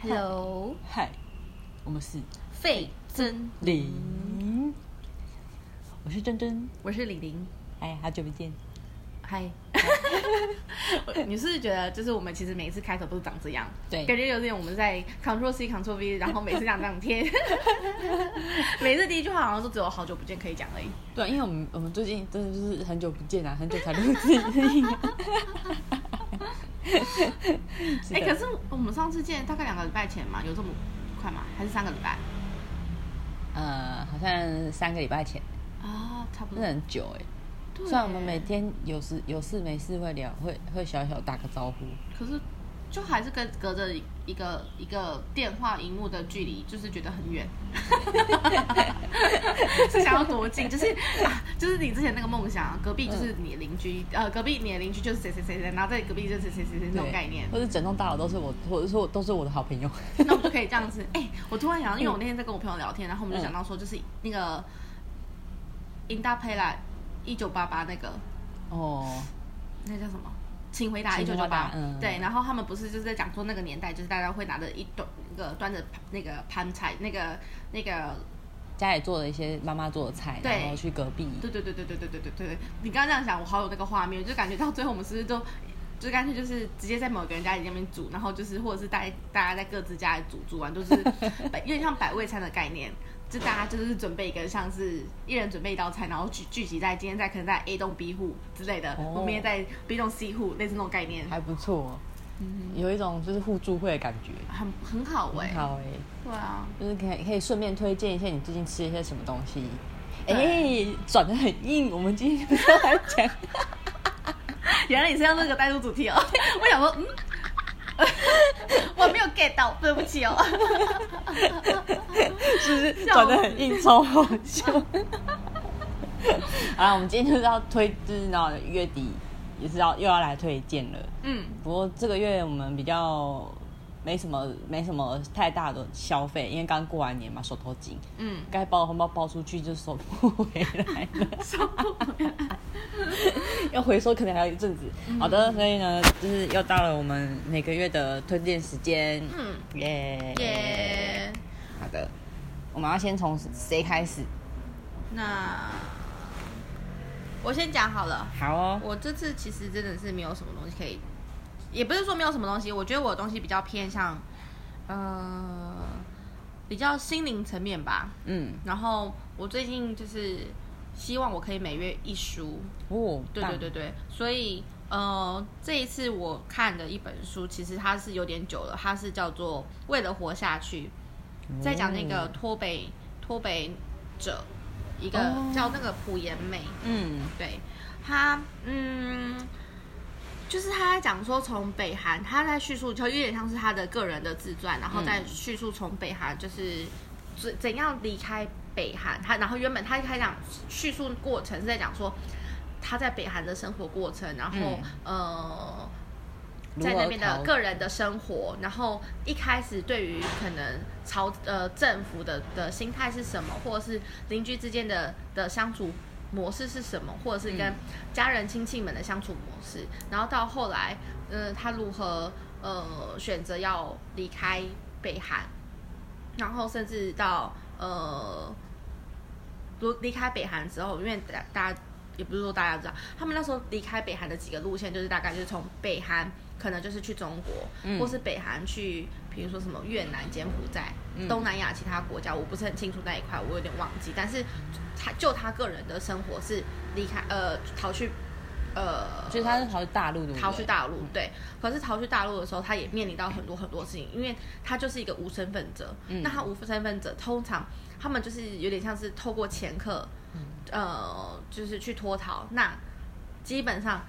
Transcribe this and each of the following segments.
Hello，嗨，我们是费真，零，我是珍珍，我是李玲，哎，好久不见，嗨。 你是不是觉得，就是我们其实每一次开头都是长这样，对感觉有点我们在 Ctrl C Ctrl V，然后每次这样这样 贴，每次第一句话好像都只有好久不见可以讲而已。对啊，因为我们我们最近真的就是很久不见啊，很久才录 这一集。哎、可是我们上次见大概两个礼拜前嘛，有这么快吗？还是三个礼拜？呃，好像三个礼拜前，啊、差不多真的。很久哎、对虽然我们每，天有事有事没事会聊，会会小小打个招呼，可是就还是跟隔着一个一个电话荧幕的距离，就是觉得很远。是想要多近？就是、啊、就是你之前那个梦想，啊隔壁就是你的邻居，呃，隔壁你的邻居就是谁谁谁谁，然后在隔壁就是谁谁谁谁那种对概念。或者整栋大楼都是我，或者说都是我的好朋 友。 那我们就可以这样子。哎、我突然想到，因为我那天在跟我朋友聊天，然后我们就讲到说，就是那个《达佩拉一九八八》那个哦，那叫什么？请回答一请九九回八答，嗯对，然后他们不是就是在讲说那个年代，就是大家会拿着一端那个端着那个盘菜，那个那个，家里做了一些妈妈做的菜，对然后去隔壁。对对对对对对对对对，你刚刚这样讲，我好有那个画面，就感觉到最后我们是不是都，就干脆就是直接在某个人家里那边煮，然后就是或者是大家大家在各自家里煮，煮完都是 百有点像百味餐的概念。就大家就是准备一个像是一人准备一道菜，然后聚聚集在今天在可能在 A 栋 B 户之类的，哦我明天在 B 栋 C 户，类似那种概念，还不错，有一种就是互助会的感觉，很很好哎、很好哎、嗯对啊，就是可以可以顺便推荐一下你最近吃了一些什么东西。哎、对转的很硬，我们今天不是要来 讲，原来你是要那个带入主题哦。我想说，嗯， 我没有 get 到，对不起哦。是不是笑死转的很硬，超好笑。好了，我们今天就是要推，就是到月底也是要又要来推荐了。嗯，不过这个月我们比较没什么没什么太大的消费，因为刚过完年嘛，手头紧，嗯，该包的红包包出去就收不回来了。收不回来。 要回收可能还有一阵子。嗯好的，所以呢，就是又到了我们每个月的推荐时间，嗯，耶、耶、好的，我们要先从谁开始？那我先讲好了。好哦，我这次其实真的是没有什么东西可以，也不是说没有什么东西，我觉得我的东西比较偏向，呃，比较心灵层面吧。嗯，然后我最近就是希望我可以每月一书，哦，对棒对对，对，所以呃，这一次我看的一本书，其实它是有点久了，它是叫做《为了活下去》，在讲那个哦，脱北脱北者，一个哦叫那个朴妍美，嗯，对他，嗯，就是他在讲说从北韩，他在叙述，就有点像是他的个人的自传，然后再嗯叙述从北韩就是怎怎样离开北韩。他然后原本他开讲叙述过程是在讲说他在北韩的生活过程，然后、呃。在那边的个人，人的生活，然后一开始对于可能朝呃政府的的心态是什么，或者是邻居之间的的相处模式是什么，或者是跟嗯家人亲戚们的相处模式，然后到后来，嗯、他如何呃选择要离开北韩，然后甚至到呃如离开北韩之后，因为大大家也不是说大家知道，他们那时候离开北韩的几个路线，就是大概就是从北韩可能就是去中国，嗯或是北韩去，比如说什么越南、柬埔寨、嗯东南亚其他国家，我不是很清楚那一块，我有点忘记。但是他就他个人的生活是离开呃逃去呃，就是他是逃去大陆的，逃去，大嗯陆，对。可是逃去大陆的时候，他也面临到很多很多事情，因为他就是一个无身份者。嗯那他无身份者，通常他们就是有点像是透过前客，嗯呃，就是去脱逃。那基本上，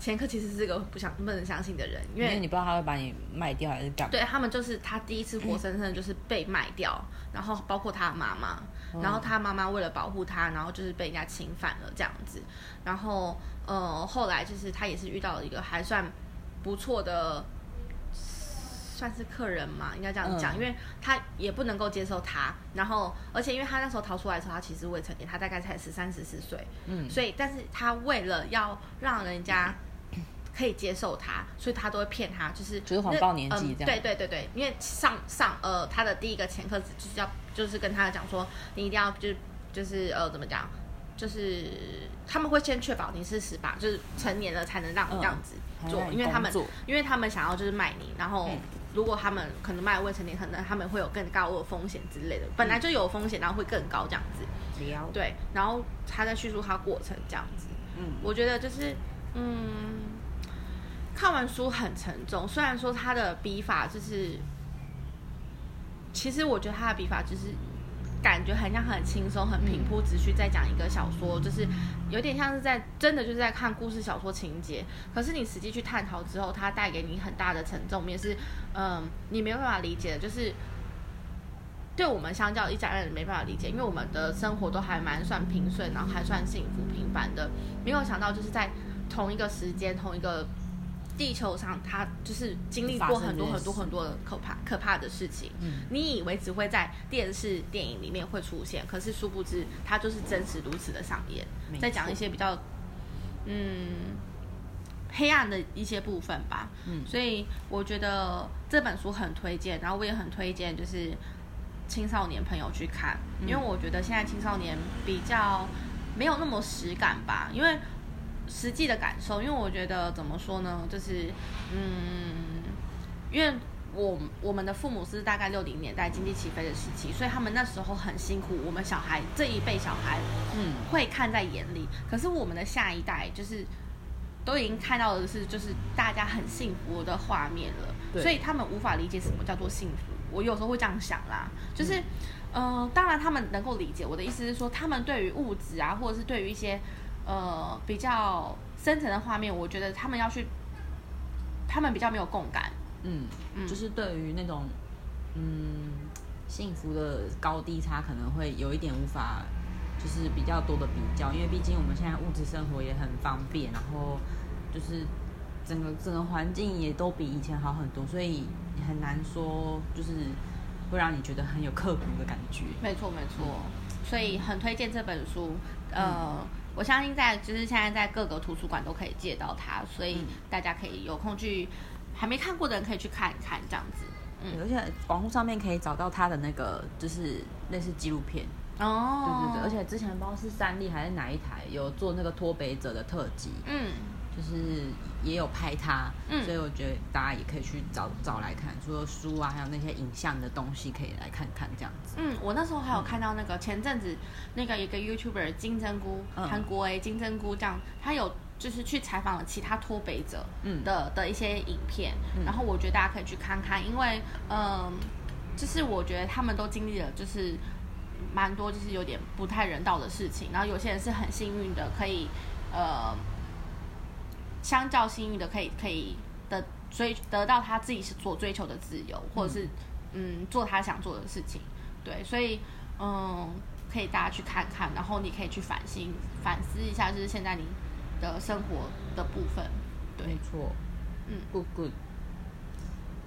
前客其实是个不想不能相信的人，因因为为你不知道他会把你卖掉还是干嘛，对他们就是他第一次活生生的就是被卖掉，然后包括他的妈妈，然后他妈妈为了保护他，然后就是被人家侵犯了这样子，然后呃后来就是他也是遇到了一个还算不错的。算是客人嘛，应该这样讲，嗯因为他也不能够接受他，然后而且因为他那时候逃出来的时候，他其实未成年，他大概才十三十四岁，嗯所以但是他为了要让人家可以接受他，所以他都会骗他，就是就是谎报年纪那嗯这样对对对对，因为上上呃他的第一个前科就是要就是跟他讲说，你一定要就是就是呃怎么讲，就是他们会先确保你是十八，就是成年了才能让你嗯这样子做，还让你因为他们工作因为他们想要就是卖你，然后嗯如果他们可能卖未成年，可能他们会有更高的风险之类的，本来就有风险，然后会更高这样子。聊，对，然后他在叙述他过程这样子。嗯，我觉得就是，嗯，看完书很沉重。虽然说他的笔法就是，其实我觉得他的笔法就是感觉很像很轻松、很平铺直叙在讲一个小说，就是有点像是在真的就是在看故事小说情节。可是你实际去探讨之后，它带给你很大的沉重面是，嗯，你没有办法理解的，就是。对我们相较一家人没办法理解，因为我们的生活都还蛮算平顺，然后还算幸福平凡的，没有想到就是在同一个时间、同一个地球上，他就是经历过很多发生这件事很多很多的可怕可怕的事情。嗯你以为只会在电视、电影里面会出现，可是殊不知它就是真实如此的上演没。错再讲一些比较嗯黑暗的一些部分吧。嗯所以我觉得这本书很推荐，然后我也很推荐就是青少年朋友去看，因为我觉得现在青少年比较没有那么实感吧，因为实际的感受，因为我觉得怎么说呢，就是嗯，因为。我我们的父母是大概六零年代经济起飞的时期，所以他们那时候很辛苦。我们小孩这一辈小孩嗯，会看在眼里，可是我们的下一代就是都已经看到的是，就是大家很幸福的画面了，对所以他们无法理解什么叫做幸福。我有时候会这样想啦，就是，呃，当然他们能够理解我的意思是说，他们对于物质啊，或者是对于一些呃比较深层的画面，我觉得他们要去，他们比较没有共感。嗯，就是对于那种嗯幸福的高低差，可能会有一点无法，就是比较多的比较，因为毕竟我们现在物质生活也很方便，然后就是整个整个环境也都比以前好很多，所以很难说就是会让你觉得很有刻骨的感觉。没错没错，所以很推荐这本书。呃，我相信在就是现在在各个图书馆都可以借到它，所以大家可以有空去，还没看过的人可以去看一看这样子。嗯，而且网络上面可以找到他的那个，就是类似纪录片，对哦对对，而且之前不知道是三立还是哪一台有做那个脱北者的特辑，嗯，就是也有拍他，嗯所以我觉得大家也可以去找找来看，除了书啊，还有那些影像的东西可以来看看这样子。嗯，我那时候还有看到那个前阵子那个一个 YouTuber 金针菇，嗯韩、国诶金针菇这样，他有就是去采访了其他脱北者嗯的、的一些影片，嗯然后我觉得大家可以去看看，因为嗯、就是我觉得他们都经历了就是蛮多就是有点不太人道的事情，然后有些人是很幸运的可以呃，相较幸运的可以可以的追得到他自己所追求的自由，或者是嗯做他想做的事情，对，所以嗯可以大家去看看，然后你可以去反省反思一下，就是现在你的生活的部分。没错，嗯，good good。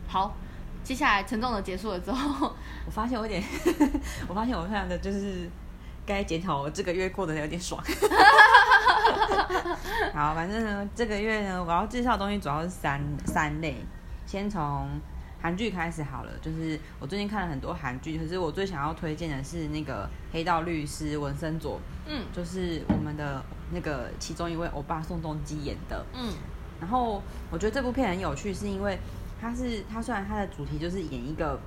好，接下来沉重的结束了之后，我发现我有点， 我发现我看的就是该检讨我这个月过得有 点爽。好，反正呢，这个月呢，我要介绍的东西主要是三三类，先从韩剧开始好了。就是我最近看了很多韩剧，可是我最想要推荐的是那个《黑道律师》文森佐， 嗯就是我们的那个其中一位欧巴宋仲基演的。嗯然后我觉得这部片很有趣，是因为它是它虽然它的主题就是演一个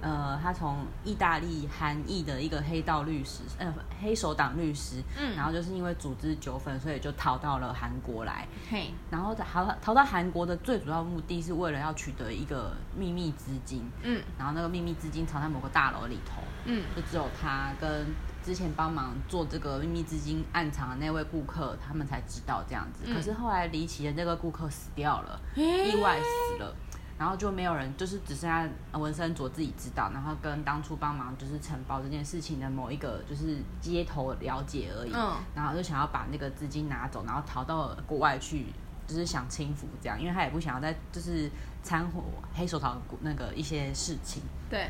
呃，他从意大利韩裔的一个黑道律师，呃，黑手党律师，嗯，然后就是因为组织纠纷，所以就逃到了韩国来。嘿，然后逃逃到韩国的最主要目的是为了要取得一个秘密资金，嗯然后那个秘密资金藏在某个大楼里头。嗯就只有他跟之前帮忙做这个秘密资金暗藏的那位顾客，他们才知道这样子。嗯可是后来离奇的那个顾客死掉了，嘿意外死了，然后就没有人，就是只剩下文森佐自己知道，然后跟当初帮忙就是承包这件事情的某一个就是街头了解而已。嗯然后就想要把那个资金拿走，然后逃到国外去，就是享清福这样，因为他也不想要再就是掺和黑手党那个一些事情。对，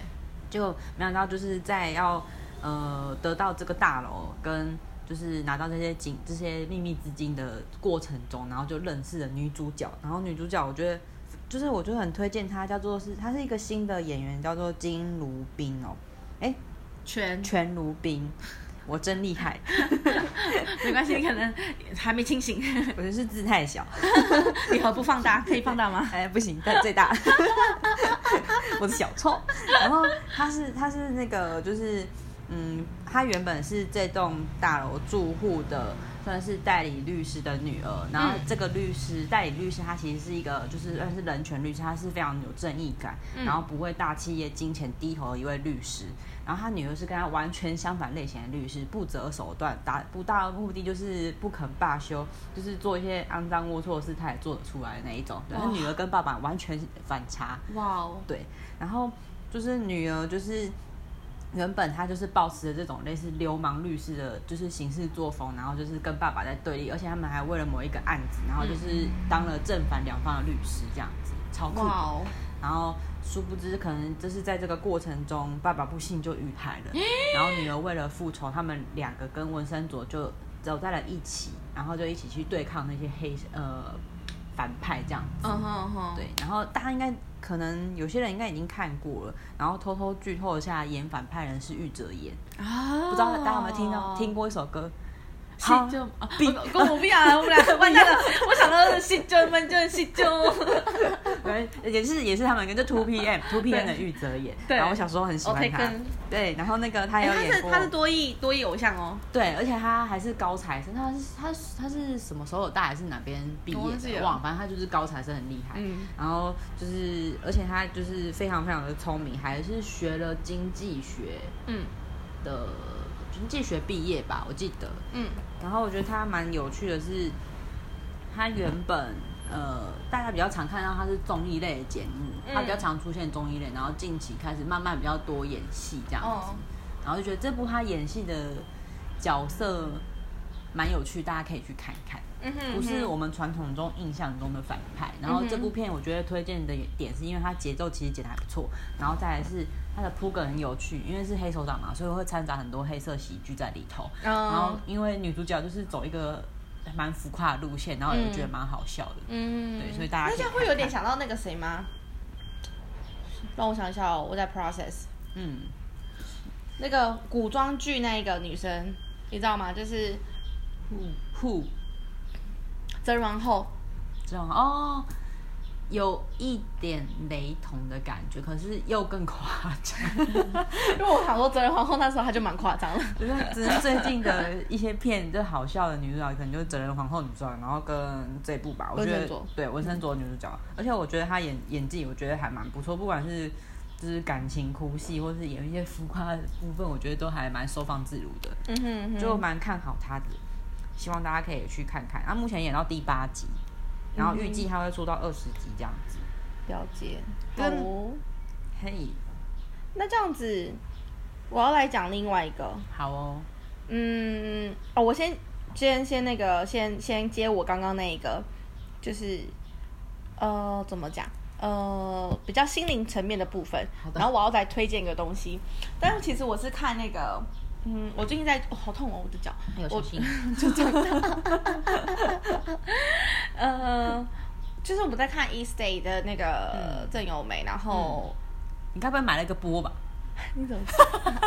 就没想到就是在要呃得到这个大楼跟就是拿到这些金这些秘密资金的过程中，然后就认识了女主角。然后女主角我觉得就是我就很推荐她，叫做是她是一个新的演员，叫做金如冰哦，哎，全全如冰，我真厉害，没关系，你可能还没清 醒，我就是字太小。你何不放大？可以放大吗？哎，不行，但最大， 我是小臭。然后他是他是那个就是嗯，他原本是这栋大楼住户的，算是代理律师的女儿。然后这个律师代理律师，他其实是一个就是算是人权律师，他是非常有正义感，然后不为大企业金钱低头的一位律师。然后他女儿是跟他完全相反类型的律师，不择手段，达不到目的就是不肯罢休，就是做一些肮脏龌龊的事，他也做得出来的那一种。对，他哇女儿跟爸爸完全反差。哇哦，对，然后就是女儿就是原本她就是抱持着这种类似流氓律师的，就是行事作风，然后就是跟爸爸在对立，而且他们还为了某一个案子，然后就是当了正反两方的律师这样子，超酷哇。哦，然后殊不知，可能就是在这个过程中，爸爸不幸就遇害了，然后女儿为了复仇，他们两个跟文森佐就走在了一起，然后就一起去对抗那些黑呃反派这样子。嗯哼哼，对，然后大家应该可能有些人应该已经看过了，然后偷偷剧透一下，演反派人是玉哲演，啊，哦不知道大家有没有听到听过一首歌？细菌 啊，我跟我不一样啊，我们俩完 蛋了。我想到的是细菌，们就是细菌。 对，也是也是他们 跟就 Two PM Two PM 的玉哲演，对然后我小时候很喜欢 OK，他跟，对，然后那个他哎，有他演是过，他是多艺多艺偶像哦，对，而且他还是高材生，他是他是他是什么首尔大还是哪边毕业我忘记的？了忘了，反正他就是高材生，很厉害。嗯然后就是，而且他就是非常非常的聪明，还是学了经济学嗯的经济学毕业吧，我记得。嗯然后我觉得他蛮有趣的是，他原本呃大家比较常看到他是综艺类的节目，嗯他比较常出现综艺类，然后近期开始慢慢比较多演戏这样子，哦然后就觉得这部他演戏的角色蛮有趣，大家可以去看一看。嗯哼，嗯不是我们传统中印象中的反派。然后这部片我觉得推荐的点是因为它节奏其实剪得还不错，然后再来是它的铺梗很有趣，因为是黑手党嘛，所以会掺杂很多黑色喜剧在里头。嗯然后因为女主角就是走一个蛮浮夸的路线，然后也觉得蛮好笑的。嗯，对所以大家那这样可以会有点看想看到那个谁吗？让我想一下哦，我在 process 嗯，那个古装剧那一个女生，你知道吗？就是酷、曾皇后，这种哦。有一点雷同的感觉，可是又更夸张。 因为我想说曾皇后那时候她就蛮夸张的。就是只是最近的一些片，就好笑的女主角可能就是《哲人皇后》女主角，然后跟这部吧，我文觉得森佐对文森佐女主角，而且我觉得她演演技，我觉得还蛮不错，不管是就是感情哭戏，或是演一些浮夸的部分，我觉得都还蛮收放自如的，嗯哼嗯哼，就蛮看好她的，希望大家可以去看看。啊，目前演到第八集，然后预计她会出到二十集这样子。了解。好跟哦，嘿、那这样子，我要来讲另外一个。好哦，嗯，哦，我先先先那个先先接我刚刚那一个，就是呃怎么讲呃比较心灵层面的部分好，的然后我要再推荐一个东西，但是其实我是看那个。嗯，我最近在、哦好痛哦，我的脚。有我小心。呃，就是我们在看 East Day 的那个嗯郑有美，然后、 你该不会买了一个波吧？嗯你怎么 知道？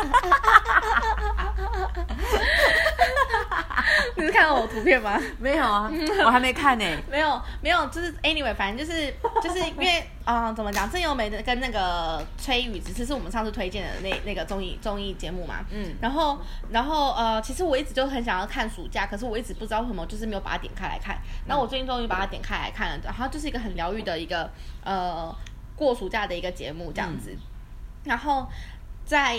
你是看到我图片吗？没有啊，我还没看呢、 没有没有，就是 anyway，反正就是就是因为啊、呃怎么讲，郑有美的跟那个崔宇植，这是我们上次推荐的那那个综艺综艺节目嘛。嗯。然后，然后呃，其实我一直就很想要看暑假，可是我一直不知道为什么，就是没有把它点开来看。然后我最近终于把它点开来看了，然后就是一个很疗愈的一个呃过暑假的一个节目这样子。然后在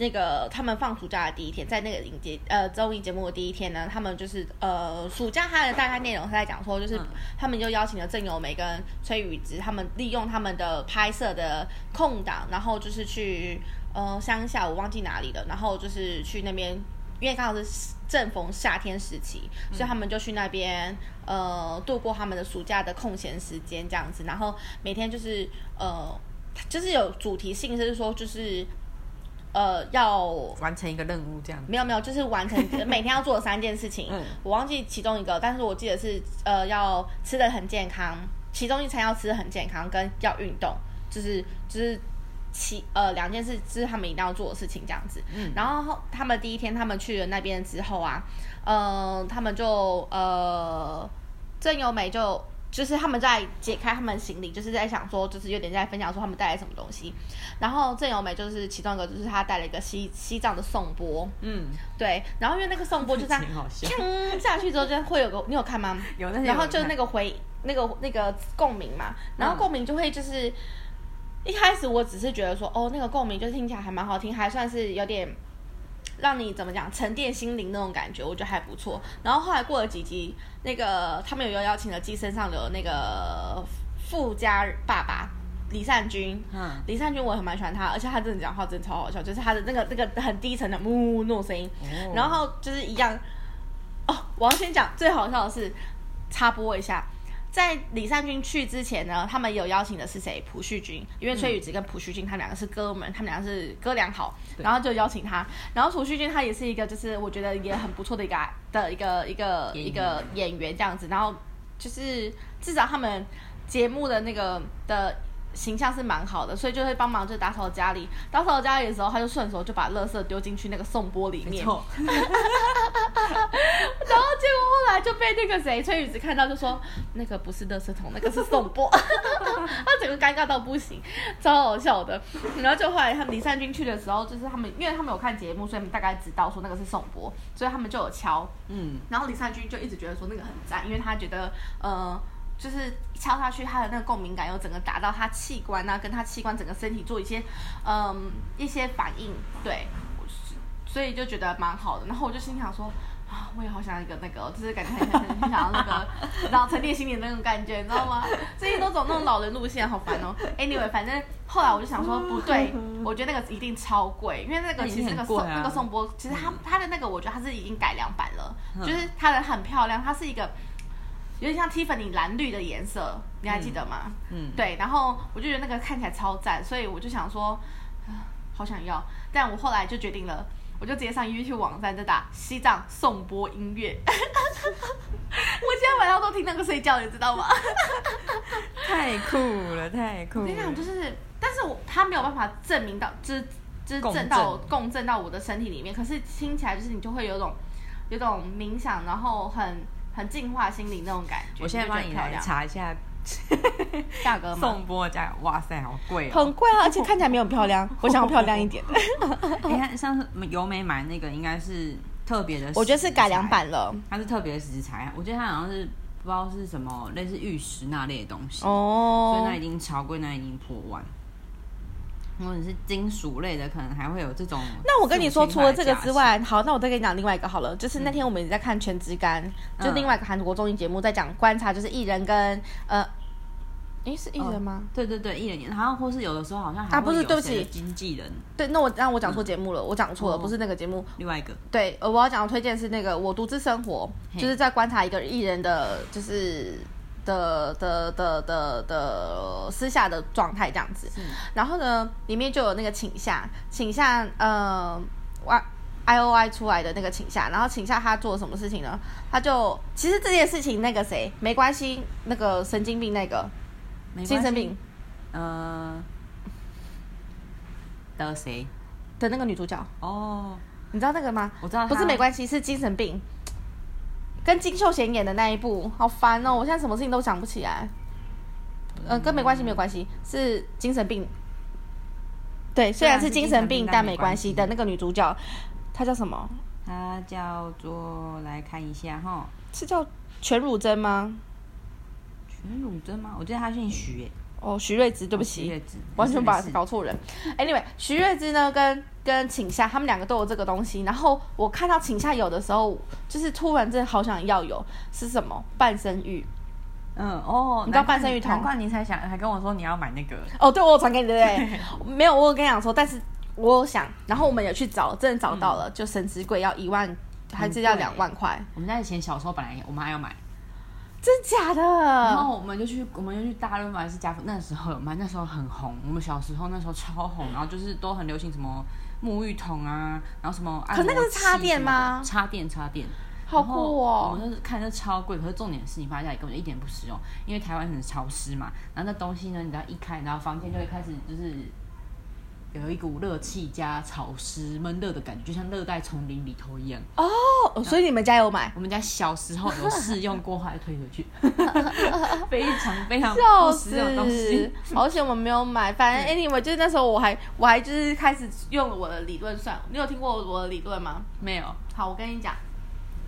那个他们放暑假的第一天，在那个影节呃综艺节目的第一天呢，他们就是呃暑假它的大概内容是在讲说，就是嗯他们就邀请了郑有美跟崔宇植，他们利用他们的拍摄的空档，然后就是去呃乡下，我忘记哪里了，然后就是去那边。因为刚好是正逢夏天时期，所以他们就去那边呃度过他们的暑假的空闲时间这样子，然后每天就是呃就是有主题性，就是说就是呃要完成一个任务这样。没有没有，就是完成每天要做的三件事情 嗯，我忘记其中一个，但是我记得是呃要吃的很健康，其中一餐要吃的很健康，跟要运动，就是就是其呃两件事，就是他们一定要做的事情这样子。嗯然后他们第一天他们去了那边之后啊，呃，他们就呃郑由美就就是他们在解开他们行李，就是在想说，就是有点在分享说他们带来什么东西。然后郑由美就是其中一个，就是她带了一个西西藏的颂钵，嗯，对。然后因为那个颂钵就这样 挺好笑。锵下去之后，就会有个你有看 吗？有那些然后有就看那个回那个那个共鸣嘛，然后嗯共鸣就会就是、一开始我只是觉得说，哦，那个共鸣就听起来还蛮好听，还算是有点让你怎么讲沉淀心灵那种感觉，我觉得还不错。然后后来过了几集，那个他们有邀请了《寄生上流》的那个富家爸爸李善均。嗯，李善均我也很蛮喜欢他，而且他真的讲话真的超好笑，就是他的那个那个很低沉的呜那种嗯声音，哦然后就是一样。哦，我要先讲最好笑的是，插播一下，在李善均去之前呢，他们有邀请的是谁？朴叙俊，因为崔宇植跟朴叙俊他们两个是哥们，他们两个是哥俩好，对然后就邀请他。然后朴叙俊他也是一个，就是我觉得也很不错的一个的一个一个演员一个演员这样子。然后就是至少他们节目的那个的。形象是蛮好的，所以就会帮忙就打扫家里。打扫家里的时候，他就顺手就把垃圾丢进去那个送钵里没面。错， 然后结果后来就被那个谁崔宇植看到，就说那个不是垃圾桶，那个是送钵，他整个尴尬到不行，超好笑的。然后就后来他们李善均去的时候，就是他们因为他们有看节目，所以他们大概知道说那个是送钵，所以他们就有敲。嗯，然后李善均就一直觉得说那个很赞，因为他觉得呃。就是敲下去，他的那个共鸣感又整个打到他器官啊，跟他器官整个身体做一些，嗯，一些反应，对，所以就觉得蛮好的。然后我就心想说，啊，我也好想一个那个哦，就是感觉很很很想要那个，然后沉淀心灵的那种感觉，你知道吗？最近都走那种老人路线，好烦哦。Anyway，反正后来我就想说，不对，我觉得那个一定超贵，因为那那个一其定实那个很送、贵啊那个送波，其实它它的那个我觉得它是已经改良版了，嗯就是它的很漂亮，它是一个有点像 Tiffany 蓝绿的颜色，你还记得吗？嗯，对，然后我就觉得那个看起来超赞，所以我就想说，啊好想要，但我后来就决定了，我就直接上 YouTube 网站就打西藏颂钵音乐， 我今天晚上都听那个睡觉，你知道吗？太酷了，太酷我跟了。你讲，就是，但是我他没有办法证明到，就是就是共震到振共振到我的身体里面，可是听起来就是你就会有种有种冥想，然后很很净化心灵那种感觉。我现在就觉帮得你漂来亮查一下价格吗？送波价，哇塞，好贵哦！很贵啊，而且看起来没有漂 亮，我想要漂亮一 点的。你看上次由美买那个应该是特别的，我觉得是改良，版了。它是特别的食材，啊我觉得它好像是不知道是什么类似玉石那类的东西，所以 哦那已经超贵，那已经破万。如果你是金属类的，可能还会有这种。那我跟你说，除了这个之，外，好，那我再跟你讲另外一个好了，就是那天我们也在看《全职干》，就嗯另外一个韩国综艺节目在讲观察，就是艺人跟呃，诶是艺人吗？对对对，艺人，然后或是有的时候好像还啊不是会有对不谁的起经纪人，对，那我让我讲错节目了，我讲错了，哦不是那个节目。另外一个对，呃，我要讲的推荐是那个《我独自生活》，嘿就是在观察一个艺人的，就是的的的的的私下的状态这样子。是然后呢，里面就有那个请夏，请夏呃，Y I O I 出来的那个请夏，然后请夏他做了什么事情呢？他就其实这件事情那个谁没关系，那个神经病那个没关系精神病呃的谁？的那个女主角，哦，你知道那个吗？我知道不他，是没关系，是精神病，跟金秀贤演的那一部，好烦哦！我现在什么事情都想不起来。呃，跟没关系没有关系，是精神病。对，虽然是精神病，但没关系的那个女主角，她叫什么？它叫做来看一下哈，是叫全汝贞吗？全乳针吗？我记得它姓徐耶，哦，徐瑞芝，对不徐起月，子完全把没事没事搞错人。Anyway，徐瑞芝呢跟跟请夏他们两个都有这个东西，然后我看到请夏有的时候，就是突然真的好想要有，是什么？半身浴。嗯哦，你知道难怪半身鱼桶难怪你才想还跟我说你要买那个，哦，对，我有传给你对 不对？没有，我有跟你讲说，但是我有想，然后我们有去找，真的找到嗯了，就神之贵要一万，还是要两万块？我们家以前小时候本来我们还要买，真假然的？后我们就去我们就去大润发还是家福，那时候有卖，那时候很红，我们小时候那时候超红，然后就是都很流行什么沐浴桶啊，然后什么按可摩器什么的。那个是插电吗插电，插电。好酷哦然后我就是看着超贵，可是重点是你发下来根本就一点不实用，因为台湾很潮湿嘛。然后那东西呢，你只要一开，然后房间就会开始就是有一股热气加潮湿闷热的感觉，就像热带丛林里头一样。哦，所以你们家有买？我们家小时候有试用过，还推 回去，非常非常笑不实用的东死西。！好险我没有买，反正 anyway，就是那时候我还我还就是开始用了我的理论算，你有听过我的理论吗？没有，好，我跟你讲，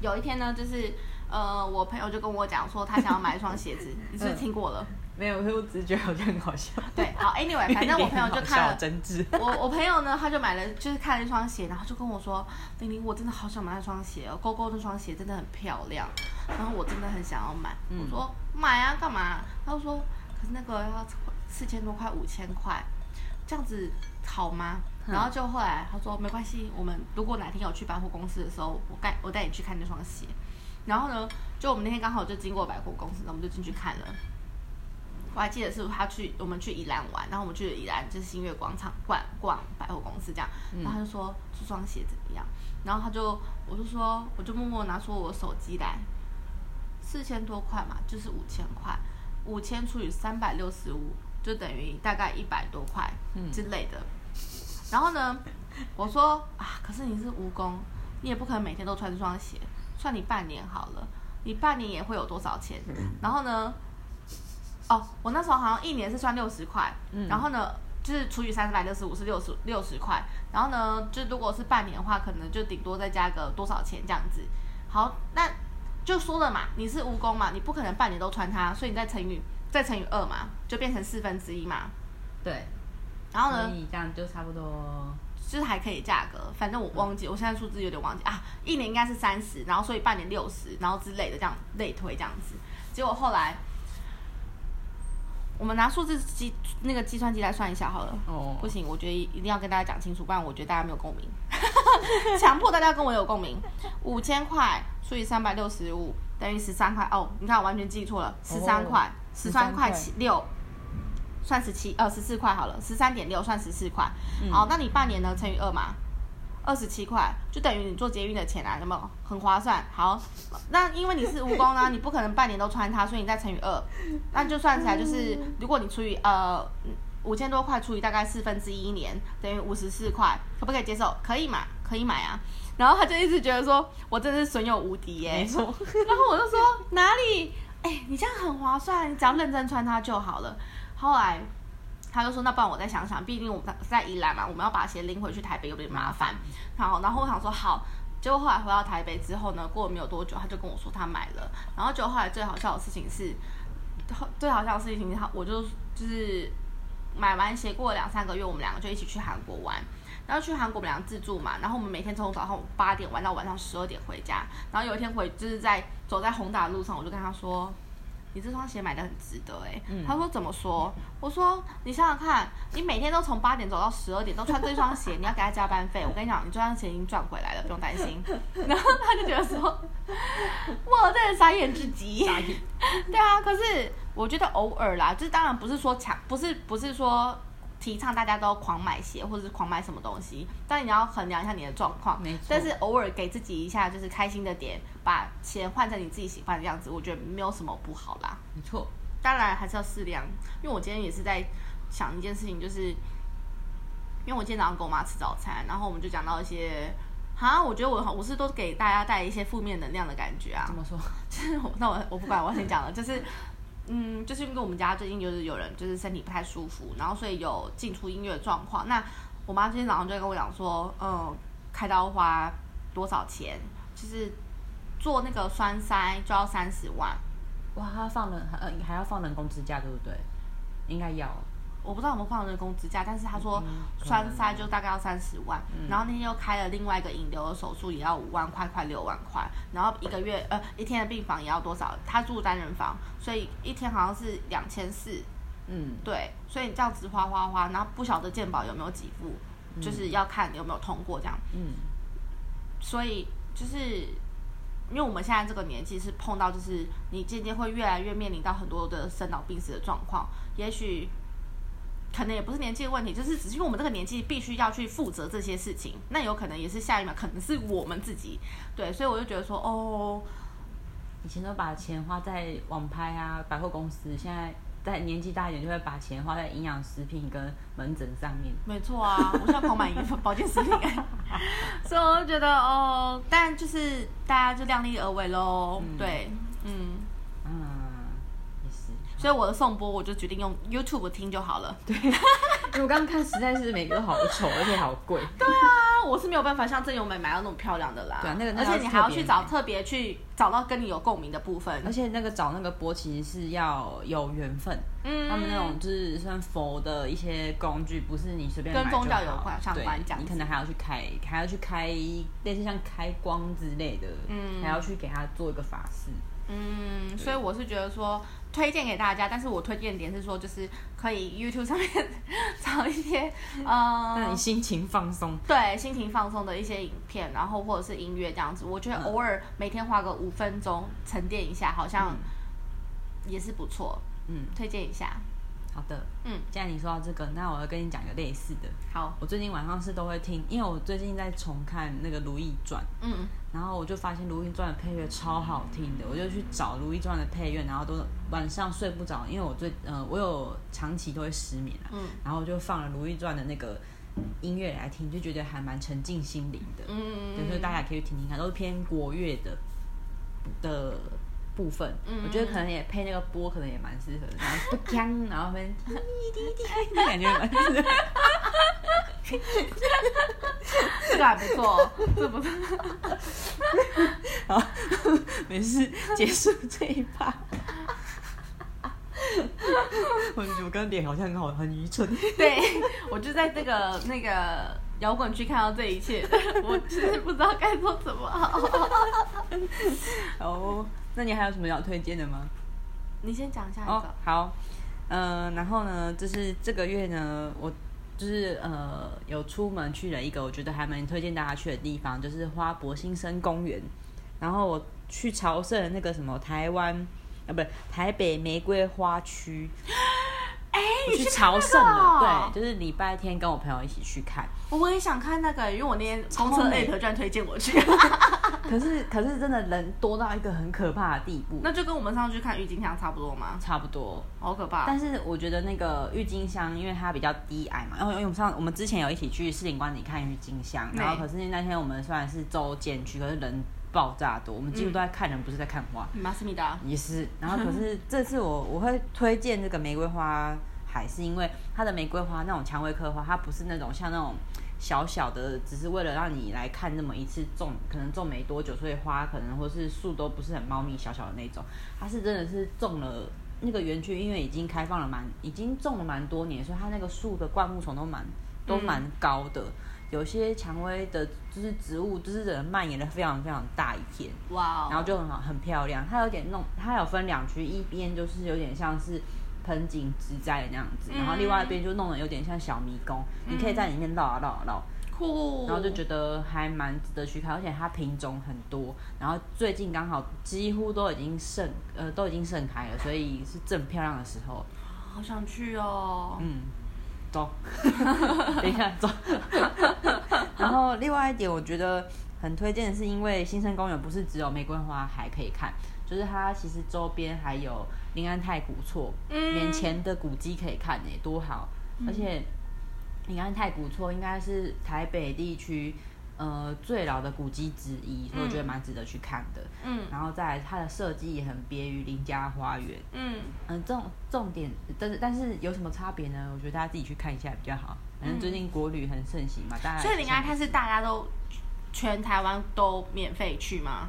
有一天呢，就是呃，我朋友就跟我讲说他想要买一双鞋子，你是嗯不是听 过了？没有，我只是觉得好像很好笑。对，好，anyway，反正我朋友就看了。真挚。我我朋友呢，他就买了，就是看了一双鞋，然后就跟我说：“玲玲，我真的好想买那双鞋哦，勾勾那双鞋真的很漂亮，然后我真的很想要买。嗯我说：“买啊，干嘛？”他就说：“可是那个要四千多块，五千块，这样子好吗？”嗯然后就后来他说：“没关系，我们如果哪天有去百货公司的时候，我带我带你去看那双鞋。”然后呢，就我们那天刚好就经过百货公司，然后我们就进去看了。我还记得是他去我们去宜兰玩，然后我们去宜兰就是新月广场逛逛百货公司这样，然后他就说这双鞋怎么样？然后他就我就说我就默默拿出我手机来，四千多块嘛，就是五千块，五千除以三百六十五就等于大概一百多块嗯之类的。然后呢，我说啊，可是你是蜈蚣，你也不可能每天都穿这双鞋，算你半年好了，你半年也会有多少钱？然后呢，哦，我那时候好像一年是算六十块，嗯然后呢，就是除以三百六十五是六十六十块，然后呢，就如果是半年的话，可能就顶多再加个多少钱这样子。好，那就说了嘛，你是蜈蚣嘛，你不可能半年都穿它，所以你再乘以再乘以二嘛，就变成四分之一嘛。对，然后呢所，以这样就差不多。就是还可以价格，反正我忘记，我现在数字有点忘记啊，一年应该是三十，然后所以半年六十，然后之类的这样类推这样子，结果后来我们拿数字计那个计算机来算一下好了。哦不行，我觉得一定要跟大家讲清楚，不然我觉得大家没有共鸣， 强迫大家跟我有共鸣。五千块除以三百六十五等于十三块哦，你看我完全记错了，十三块，十三13块块起六。算十七，呃，十四块好了，十三点六算十四块。好，那你半年呢？乘以二嘛，二十七块，就等于你做捷运的钱啊，有没有？很划算。好，那因为你是蜈蚣呢、你不可能半年都穿它，所以你再乘以二，那就算起来就是，如果你除以呃五千多块除以大概四分之一年，等于五十四块，可不可以接受？可以嘛，可以买啊。然后他就一直觉得说，我真是损友无敌耶、没错，然后我就说哪里？哎、你这样很划算，你只要认真穿它就好了。后来他就说，那不然我再想想，毕竟我们在宜兰嘛，我们要把鞋拎回去台北有点麻烦。好，然后我想说好。结果后来回到台北之后呢，过了没有多久，他就跟我说他买了。然后就后来最好笑的事情是，最好笑的事情是，我就就是买完鞋过了两三个月，我们两个就一起去韩国玩。然后去韩国，我们俩自助嘛，然后我们每天从早上八点玩到晚上十二点回家。然后有一天回，就是在走在宏大的路上，我就跟他说：“你这双鞋买的很值得哎、他说：“怎么说？”我说：“你想想看，你每天都从八点走到十二点，都穿这双鞋，你要给他加班费。我跟你讲，你这双鞋已经赚回来了，不用担心。”然后他就觉得说：“哇，真的傻眼至极。”傻眼 对啊，可是我觉得偶尔啦，就是当然不是说强，不是不是说提倡大家都狂买鞋或者是狂买什么东西，但你要衡量一下你的状况。没错但是偶尔给自己一下就是开心的点，把钱换成你自己喜欢的样子，我觉得没有什么不好啦。没错，当然还是要适量，因为我今天也是在想一件事情，就是因为我今天早上跟我妈吃早餐，然后我们就讲到一些。啊，我觉得我好我是都给大家带一些负面能量的感觉啊。 怎么说？就是我那我我不管，我先讲了，就是。嗯，就是因为我们家最近就是有人就是身体不太舒服，然后所以有进出音乐状况。那我妈今天早上就跟我讲说，嗯，开刀花多少钱？就是做那个栓塞就要三十万。哇，他放人，呃，还要放人工支架，对不对？应该要。我不知道有没有放人工支架，但是他说可能栓塞就大概要三十万，然后那天又开了另外一个引流的手术，也要五万块，快六万块，然后一个月呃一天的病房也要多少？他住单人房，所以一天好像是两千四，嗯，对，所以你这样子花花花，然后不晓得健保有没有给付，就是要看有没有通过这样，嗯，所以就是因为我们现在这个年纪是碰到，就是你渐渐会越来越面临到很多的生老病死的状况，也许可能也不是年纪的问题，就是只是因为我们这个年纪必须要去负责这些事情，那有可能也是下一秒可能是我们自己，对，所以我就觉得说，哦，以前都把钱花在网拍啊、百货公司，现在在年纪大一点就会把钱花在营养食品跟门诊上面。没错啊，我现在狂买一份保健食品，所以我就觉得哦， 但就是大家就量力而为喽，嗯对，嗯，嗯，也是。所以我的送播我就决定用 YouTube 听就好了。对因为我刚刚看，实在是每个都好丑，而且好贵。啊，我是没有办法像郑有美买到那种漂亮的啦，对啊那个那而且个要你特还要别去找买特别去找到跟你有共鸣的部分而，且那个找那个钵其实是要有缘分，嗯他们那种就是算佛的一些工具，不是你随便跟买就宗教有好关相对关这样你子可能还要去开，还要去开类似像开光之类的，嗯还要去给他做一个法事。嗯，所以我是觉得说推荐给大家，但是我推荐的点是说，就是可以 YouTube 上面 找一些让呃嗯你，心情放松。对心情放松的一些影片，然后或者是音乐这样子。我觉得嗯偶尔每天花个五分钟沉淀一下，好像也是不错，嗯，推荐一下。好的。嗯，既然你说到这个，那我要跟你讲一个类似的。好，我最近晚上是都会听，因为我最近在重看那个《如懿传》，嗯，然后我就发现《如懿传》的配乐超好听的，我就去找《如懿传》的配乐，然后都晚上睡不着，因为我最呃我有长期都会失眠啊，嗯然后我就放了《如懿传》的那个音乐来听，就觉得还蛮沉浸心灵的，嗯对，所以大家可以去听听看，都是偏国乐的的部分，嗯我觉得可能也配那个波，可能也蛮适合的，然 后不锵，然后们滴滴滴，那感觉也蛮适合的。 这个还不错，这不错。好，没事，结束这一趴。 我我刚脸好像很好，很愚蠢。 对，我就在这个那个摇滚区看到这一 切，我真是不知道该说什么好。哦，那你还有什么要推荐的吗？你先讲下一哦个。，好，呃，然后呢，就是这个月呢，我就是呃有出门去了一个我觉得还蛮推荐大家去的地方，就是花博新生公园。然后我去朝圣的那个什么台湾啊，不是台北玫瑰花区。哎、我去朝圣哦了，对，就是礼拜天跟我朋友一起去看。我也想看那个，因为我那天公超车美 app 居然推荐我去， 可是可是真的人多到一个很可怕的地步，那就跟我们上次去看郁金香差不多吗？差不多。好可怕！但是我觉得那个郁金香，因为它比较低矮嘛，然后因为我们上我们之前有一起去士林官邸看郁金香，对然后可是那天我们虽然是周间去，可是人爆炸多，我们几嗯乎都在看人，不是在看花，马斯米达，也 是。然后可是这次我我会推荐这个玫瑰花海，是因为它的玫瑰花那种蔷薇科花，它不是那种像那种。小小的，只是为了让你来看那么一次种，可能种没多久，所以花可能或是树都不是很茂密，小小的那种。它是真的是种了那个园区，因为已经开放了蛮，已经种了蛮多年，所以它那个树的灌木丛都蛮都蛮高的。有些蔷薇的，就是植物，就是人蔓延的非常非常大一片。哇哦！然后就很好，很漂亮。它有点弄，它有分两区，一边就是有点像是盆景植栽那样子，嗯然后另外一边就弄得有点像小迷宫，你可以在里面绕啊绕啊绕，酷，然后就觉得还蛮值得去看，而且它品种很多，然后最近刚好几乎都已经盛，呃，都已经盛开了，所以是正漂亮的时候。好想去哦。嗯，走， 等一下走。 然后另外一点，我觉得很推荐的是，因为新生公园不是只有玫瑰花还可以看，就是它其实周边还有临安太古厝，嗯免钱的古迹可以看诶、多好！而且临安太古厝应该是台北地区。呃，最老的古迹之一，所以我觉得蛮值得去看的。嗯然后再来，它的设计也很别于林家花园，嗯，嗯，重重点，但是但是有什么差别呢？我觉得大家自己去看一下比较好。反正最近国旅很盛行嘛，大嗯家所以你刚才看是大家都全台湾都免费去吗？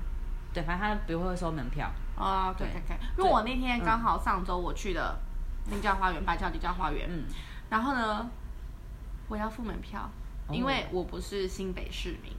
对，反正他不会收门票。啊，对对对对，因为我那天刚好上周我去了林家花园、白教林家花园，嗯，然后呢，我要付门票，哦因为我不是新北市民，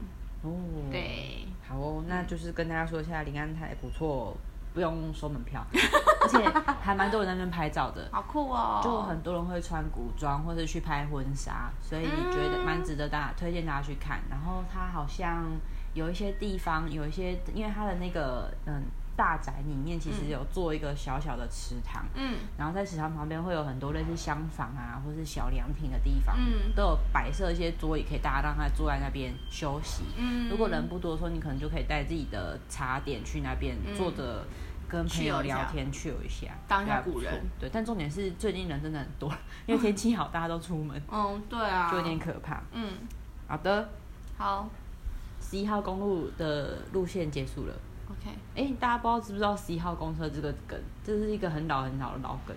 哦，，对，好哦，那就是跟大家说一下，临安台不错，不用收 门票，而且还蛮多人在那边拍照的，好酷哦，就很多人会穿古装或者去拍婚纱，所以觉得嗯蛮值得大家推荐大家去看。然后它好像有一些地方，有一些因为它的那个嗯大宅里面其实嗯有做一个小小的池塘，嗯然后在池塘旁边会有很多类似厢房啊，或是小凉亭的地方，嗯都有摆设一些桌椅，可以大家让他坐在那边休息。嗯，如果人不多的时候，你可能就可以带自己的茶点去那边、嗯坐着。跟朋友聊天，去游一下，当一下还不古人错。对，但重点是最近人真的很多，因为天气好，大家都出门，嗯，对啊，就有点可怕。嗯，好的，好十一号公路的路线结束了。 ，OK，哎、大家不知道知不知道十一号公车这个梗？这是一个很老很老的老梗。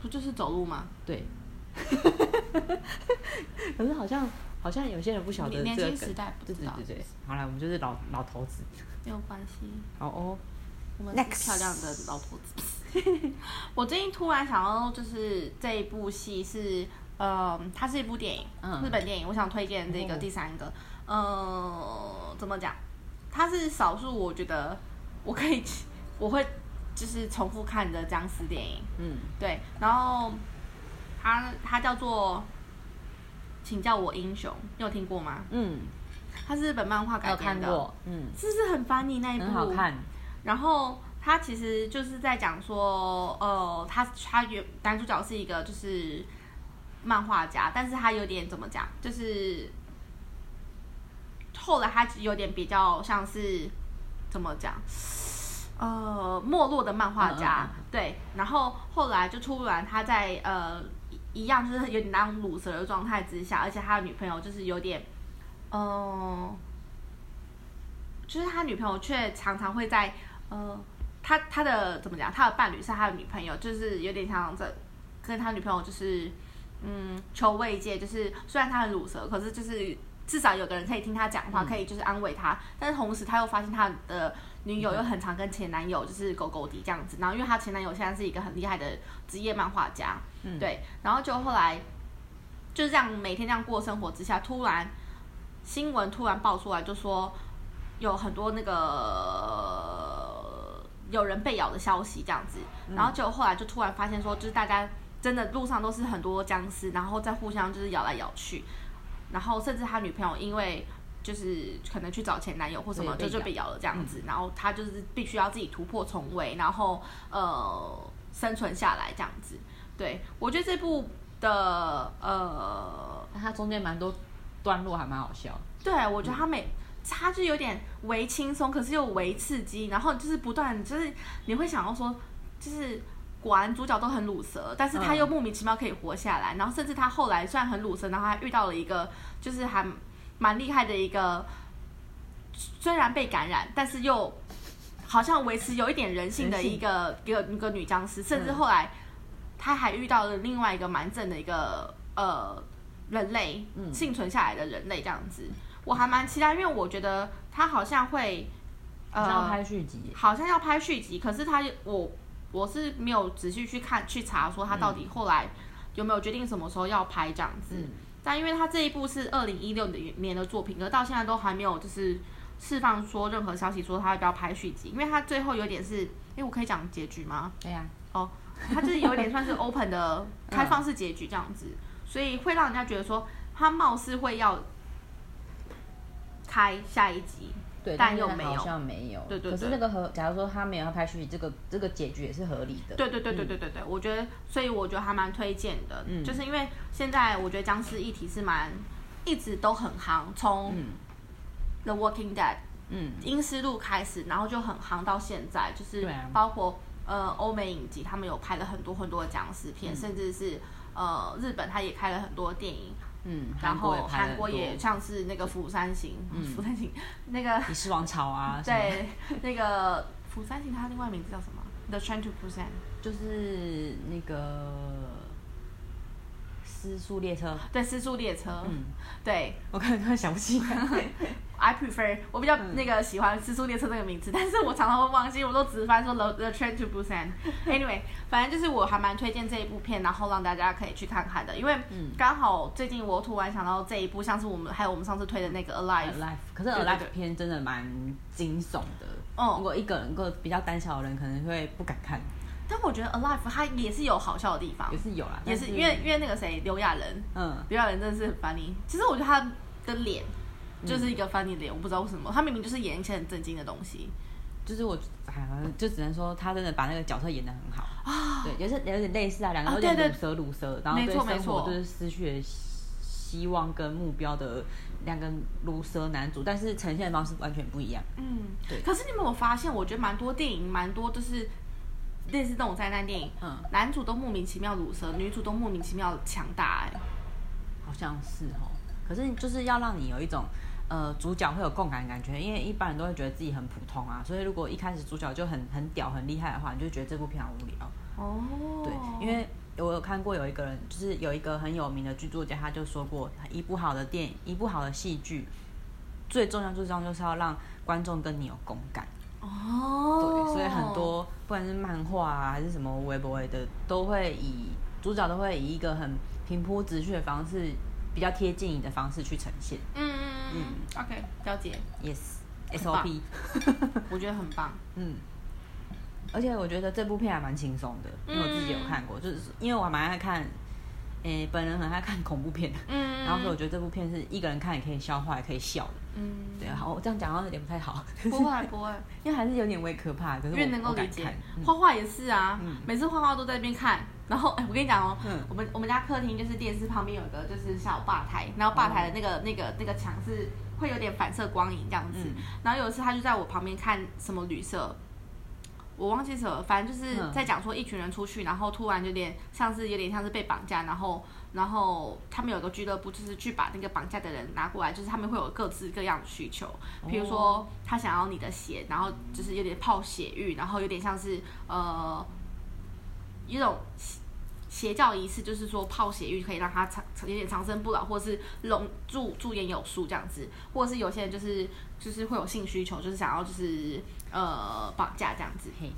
不就是走路吗？对，可是好像好像有些人不晓得年这个年轻梗时代不对知对道对对，好了，我们就是老老头子。没有关系，好嗯哦，我们是 Next 漂亮的老头子。 我最近突然想要，就是这一部戏是，呃，它是一部电影，嗯日本电影。我想推荐这个哦第三个，呃，怎么讲？它是少数我觉得我可以， 我会就是重复看的僵尸电影。嗯，对，然后它它叫做。请叫我英雄，你有听过吗？嗯，它是日本漫画有改看编的，过，嗯，是不是很 funny 那一部？很好看，然后他其实就是在讲说，呃，他他原男主角是一个就是漫画家，但是他有点怎么讲，就是后来他有点比较像是怎么讲，呃，没落的漫画家，嗯嗯对。然后后来就突然他在呃一一样就是有点当卤蛇的状态之下，而且他的女朋友就是有点，嗯、就是他女朋友却常常会在呃，他他的怎么讲？他的伴侣是他的女朋友，就是有点像这跟他女朋友就是嗯求慰藉，就是虽然他很乳蛇，可是就是至少有个人可以听他讲话，可以就是安慰他。但是同时他又发现他的女友又很常跟前男友就是狗狗敌这样子，然后因为他前男友现在是一个很厉害的职业漫画家，嗯对，然后就后来就这样每天这样过生活之下，突然新闻突然爆出来，就说有很多那个有人被咬的消息这样子，嗯然后就后来就突然发现说，就是大家真的路上都是很多僵尸，然后在互相就是咬来咬去，然后甚至他女朋友因为。就是可能去找前男友或什么，对就被就咬被嗯咬了这样子，然后他就是必须要自己突破重围，然后呃生存下来这样子。对我觉得这部的呃但它中间蛮多段落还蛮好笑，对，我觉得他每他就有点微轻松，可是又微刺激，然后就是不断就是你会想要说，就是果然主角都很乳蛇，但是他嗯又莫名其妙可以活下来，然后甚至他后来虽然很乳蛇，然后他遇到了一个就是还蛮厉害的一个，虽然被感染，但是又好像维持有一点人性的人性一个一个一个女僵尸，甚至嗯后来他还遇到了另外一个蛮正的一个呃人类，嗯幸存下来的人类这样子，我还蛮期待，因为我觉得他好像会好像要呃拍续集，好像要拍续集，可是他我我是没有仔细去看去查说他到底后来有没有决定什么时候要拍这样子，嗯但因为他这一部是二零一六年的作品，可到现在都还没有就是释放说任何消息说他要不要拍续集，因为他最后有点是，哎、我可以讲结局吗？对呀，哦，它就是有点算 是 open 的嗯开放式结局这样子，所以会让人家觉得说他貌似会要开下一集，对，但是又没有好像没有，对对对可是那个合，假如说他没有要拍续集，这个这个结局也是合理的，对对对对对对对，我觉得，所以我觉得还蛮推荐的，嗯就是因为现在我觉得僵尸议题是蛮一直都很夯，从嗯 The Walking Dead 嗯，阴尸路开始，然后就很夯到现在，就是对啊包括、呃欧美影集，他们有拍了很多很多的僵尸嗯片，甚至是呃日本他也开了很多电影，嗯，然后也拍了韩很国也 多嗯像是那个《釜山行》，《 釜山行》那个《你是王朝》啊，什么 对那个《釜山行》，它另外名字叫什么？The Train to Busan。就是那个失速列车。对，《失速列车》嗯， 对我刚才突然想不起来。 ，I prefer，我比较嗯那个喜欢《失速列车》这个名字，但是我常常会忘记，我都直翻说 The The Train to Busan。Anyway，反正就是我还蛮推荐这一部片，然后让大家可以去看看的，因为嗯刚好最近我突然想到这一部，像是我们还有我们上次推的那个 Alive， Alive，可是对对 Alive 对片真的蛮惊悚的。嗯如果一个人个比较胆小的人，可能会不敢看，但我觉得 Alive 它也是有好笑的地方也，是有啦。也但是因为因为那个谁刘亚仁，嗯，刘亚仁真的是很 funny。其实我觉得他嗯的脸就是一个 funny 脸，我不知道为什么，他明明就是演一些很正经的东西，就是我，反正就只能说他真的把那个角色演得很好啊。对，也是有点类似啊，两个啊都有对点对乳蛇乳蛇，然后没对错没生活错就是失去了希望跟目标的两个乳蛇男主，但是呈现的方式完全不一样。嗯，对可是你有没有发现，我觉得蛮多电影，蛮多就是类似这种灾难电影，嗯，男主都莫名其妙乳蛇，女主都莫名其妙强大、哎，好像是哦。可是就是要让你有一种呃主角会有共感的感觉，因为一般人都会觉得自己很普通啊，所以如果一开始主角就很很屌很厉害的话，你就觉得这部片好无聊。哦，对，因为我有看过有一个人，就是有一个很有名的剧作家，他就说过，一部好的电影，一部好的戏剧，最重要最重要就是要让观众跟你有共感。对，哦，所以很多不管是漫画啊还是什么微博的，都会以主角都会以一个很平铺直叙的方式，比较贴近你的方式去呈现。嗯，嗯嗯嗯，OK，了解， Yes。棒 SOP，我觉得很棒， 嗯，而且我觉得这部片还蛮轻松的，因为我嗯自己有看过，就是因为我还蛮爱看，诶、本人很爱看恐怖片的，嗯 然后所以我觉得这部片是一个人看也可以消化，也可以笑的。 嗯，对，啊好，我这样讲好像有点不太好，不会不会，因为还是有点微可怕，可是因我为能够我敢理解看。嗯，画画也是啊，嗯每次画画都在那边看。然后，哎，我跟你讲哦，嗯我们我们家客厅就是电视旁边有一个就是小吧台，然后吧台的那个、那个那个墙是会有点反射光影这样子。嗯然后有一次他就在我旁边看什么旅社，我忘记什么，反正就是嗯在讲说一群人出去，然后突然有点像是有点像是被绑架，然后然后他们有个俱乐部，就是去把那个绑架的人拿过来，就是他们会有各式各样的需求，比如说他想要你的血，然后就是有点泡血浴，然后有点像是呃，有一种邪邪教仪式，就是说泡血浴可以让他长有点长生不老，或是龙驻驻颜有术这样子，或者是有些人就是就是会有性需求，就是想要就是呃绑架这样子。嘿，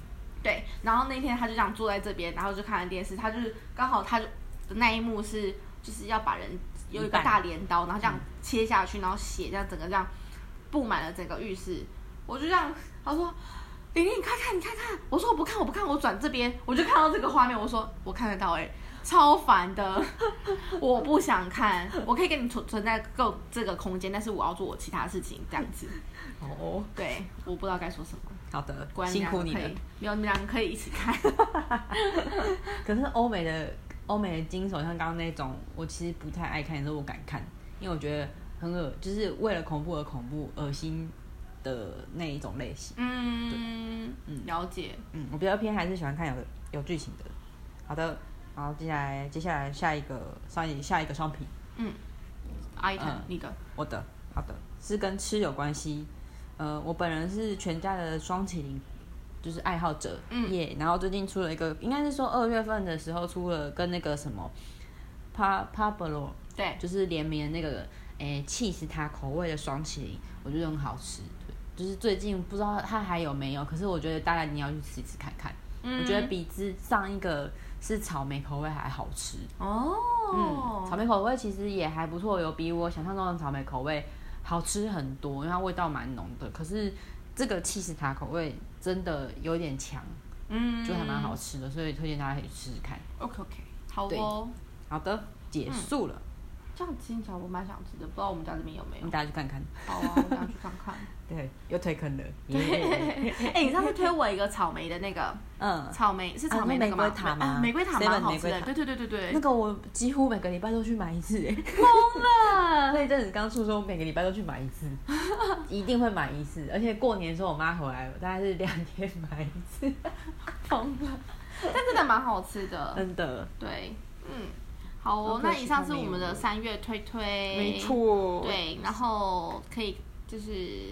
对，然后那天他就这样坐在这边，然后就看了电视，他就是刚好他就那一幕是就是要把人有一个一半大镰刀，然后这样切下去，然后血这样整个这样布满了整个浴室。我就这样，他说：“玲玲，你看看，你看看。”我说：“我不看，我不看，我转这边。”我就看到这个画面，我说：“我看得到哎、超烦的，我不想看。我可以跟你存存在够这个空间，但是我要做我其他事情，这样子。哦，对，我不知道该说什么。好的果，然辛苦你们了可以。，没有你们两个可以一起 看。可是欧美的欧美的惊悚，像刚刚那种，我其实不太爱看，但是我敢看，因为我觉得很恶，就是为了恐怖而恐怖，恶心的那一种类型。嗯，嗯了解。嗯，我比较偏还是喜欢看有有剧情的。好的，然后接下来接下来下一个上一下一个商品，阿姨疼嗯你的我的好的是跟吃有关系。呃，我本人是全家的双麒麟，就是爱好者嗯耶。然后最近出了一个，应该是说二月份的时候出了跟那个什么 Pa Pablo 对，就是联名的那个诶气死它口味的双麒麟，我觉得很好吃。对，就是最近不知道它还有没有，可是我觉得大家一定要去吃一吃看看。嗯我觉得比之上一个是草莓口味还好吃。嗯，草哦，莓口味其实也还不错，有比我想象中的草莓口味好吃很多，因为它味道蛮浓的。可是这个气死塔口味真的有点强，嗯就还蛮好。吃的，所以推荐大家可以试试看。 OK OK，好对哦。好的，结束了，这样听起来我蛮想吃的，不知道我们家这边有没我有们？大家去看看。好啊，我想去看 看。对，又退坑了。 耶哎，你上次推我一个草莓的那 个嗯，草莓是草莓那个啊那玫瑰塔吗啊玫瑰塔蛮好吃 Seven 玫瑰的，塔对对对对对。那个我几乎每个礼拜都去买一次、欸，个 那一阵子刚出生，每个礼拜都去买一 次，一定会买一次。而且过年的时候我妈回来，我大概是两天买一次，疯了，但真的蛮好吃的。真的。对，嗯，好哦。好可那惜以上是它没我们有的三月推推，没。错，，哎对，然后可以就是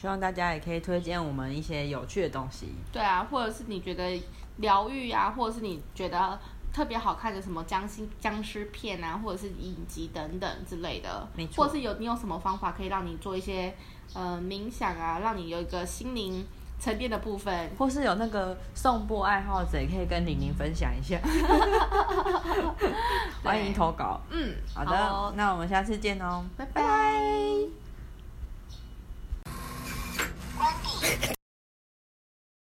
希望大家也可以推荐我们一些有趣的东 西。对啊，或者是你觉得疗愈啊，或者是你觉得特别好看的什么僵尸僵尸片啊，或者是影集等等之类的，没错或者是有你有什么方法可以让你做一些呃冥想啊，让你有一个心灵沉淀的部分。或是有那个送播爱好者，也可以跟玲玲分享 一下。 欢迎投稿。嗯，好的，哦那我们下次见哦。拜拜。关闭。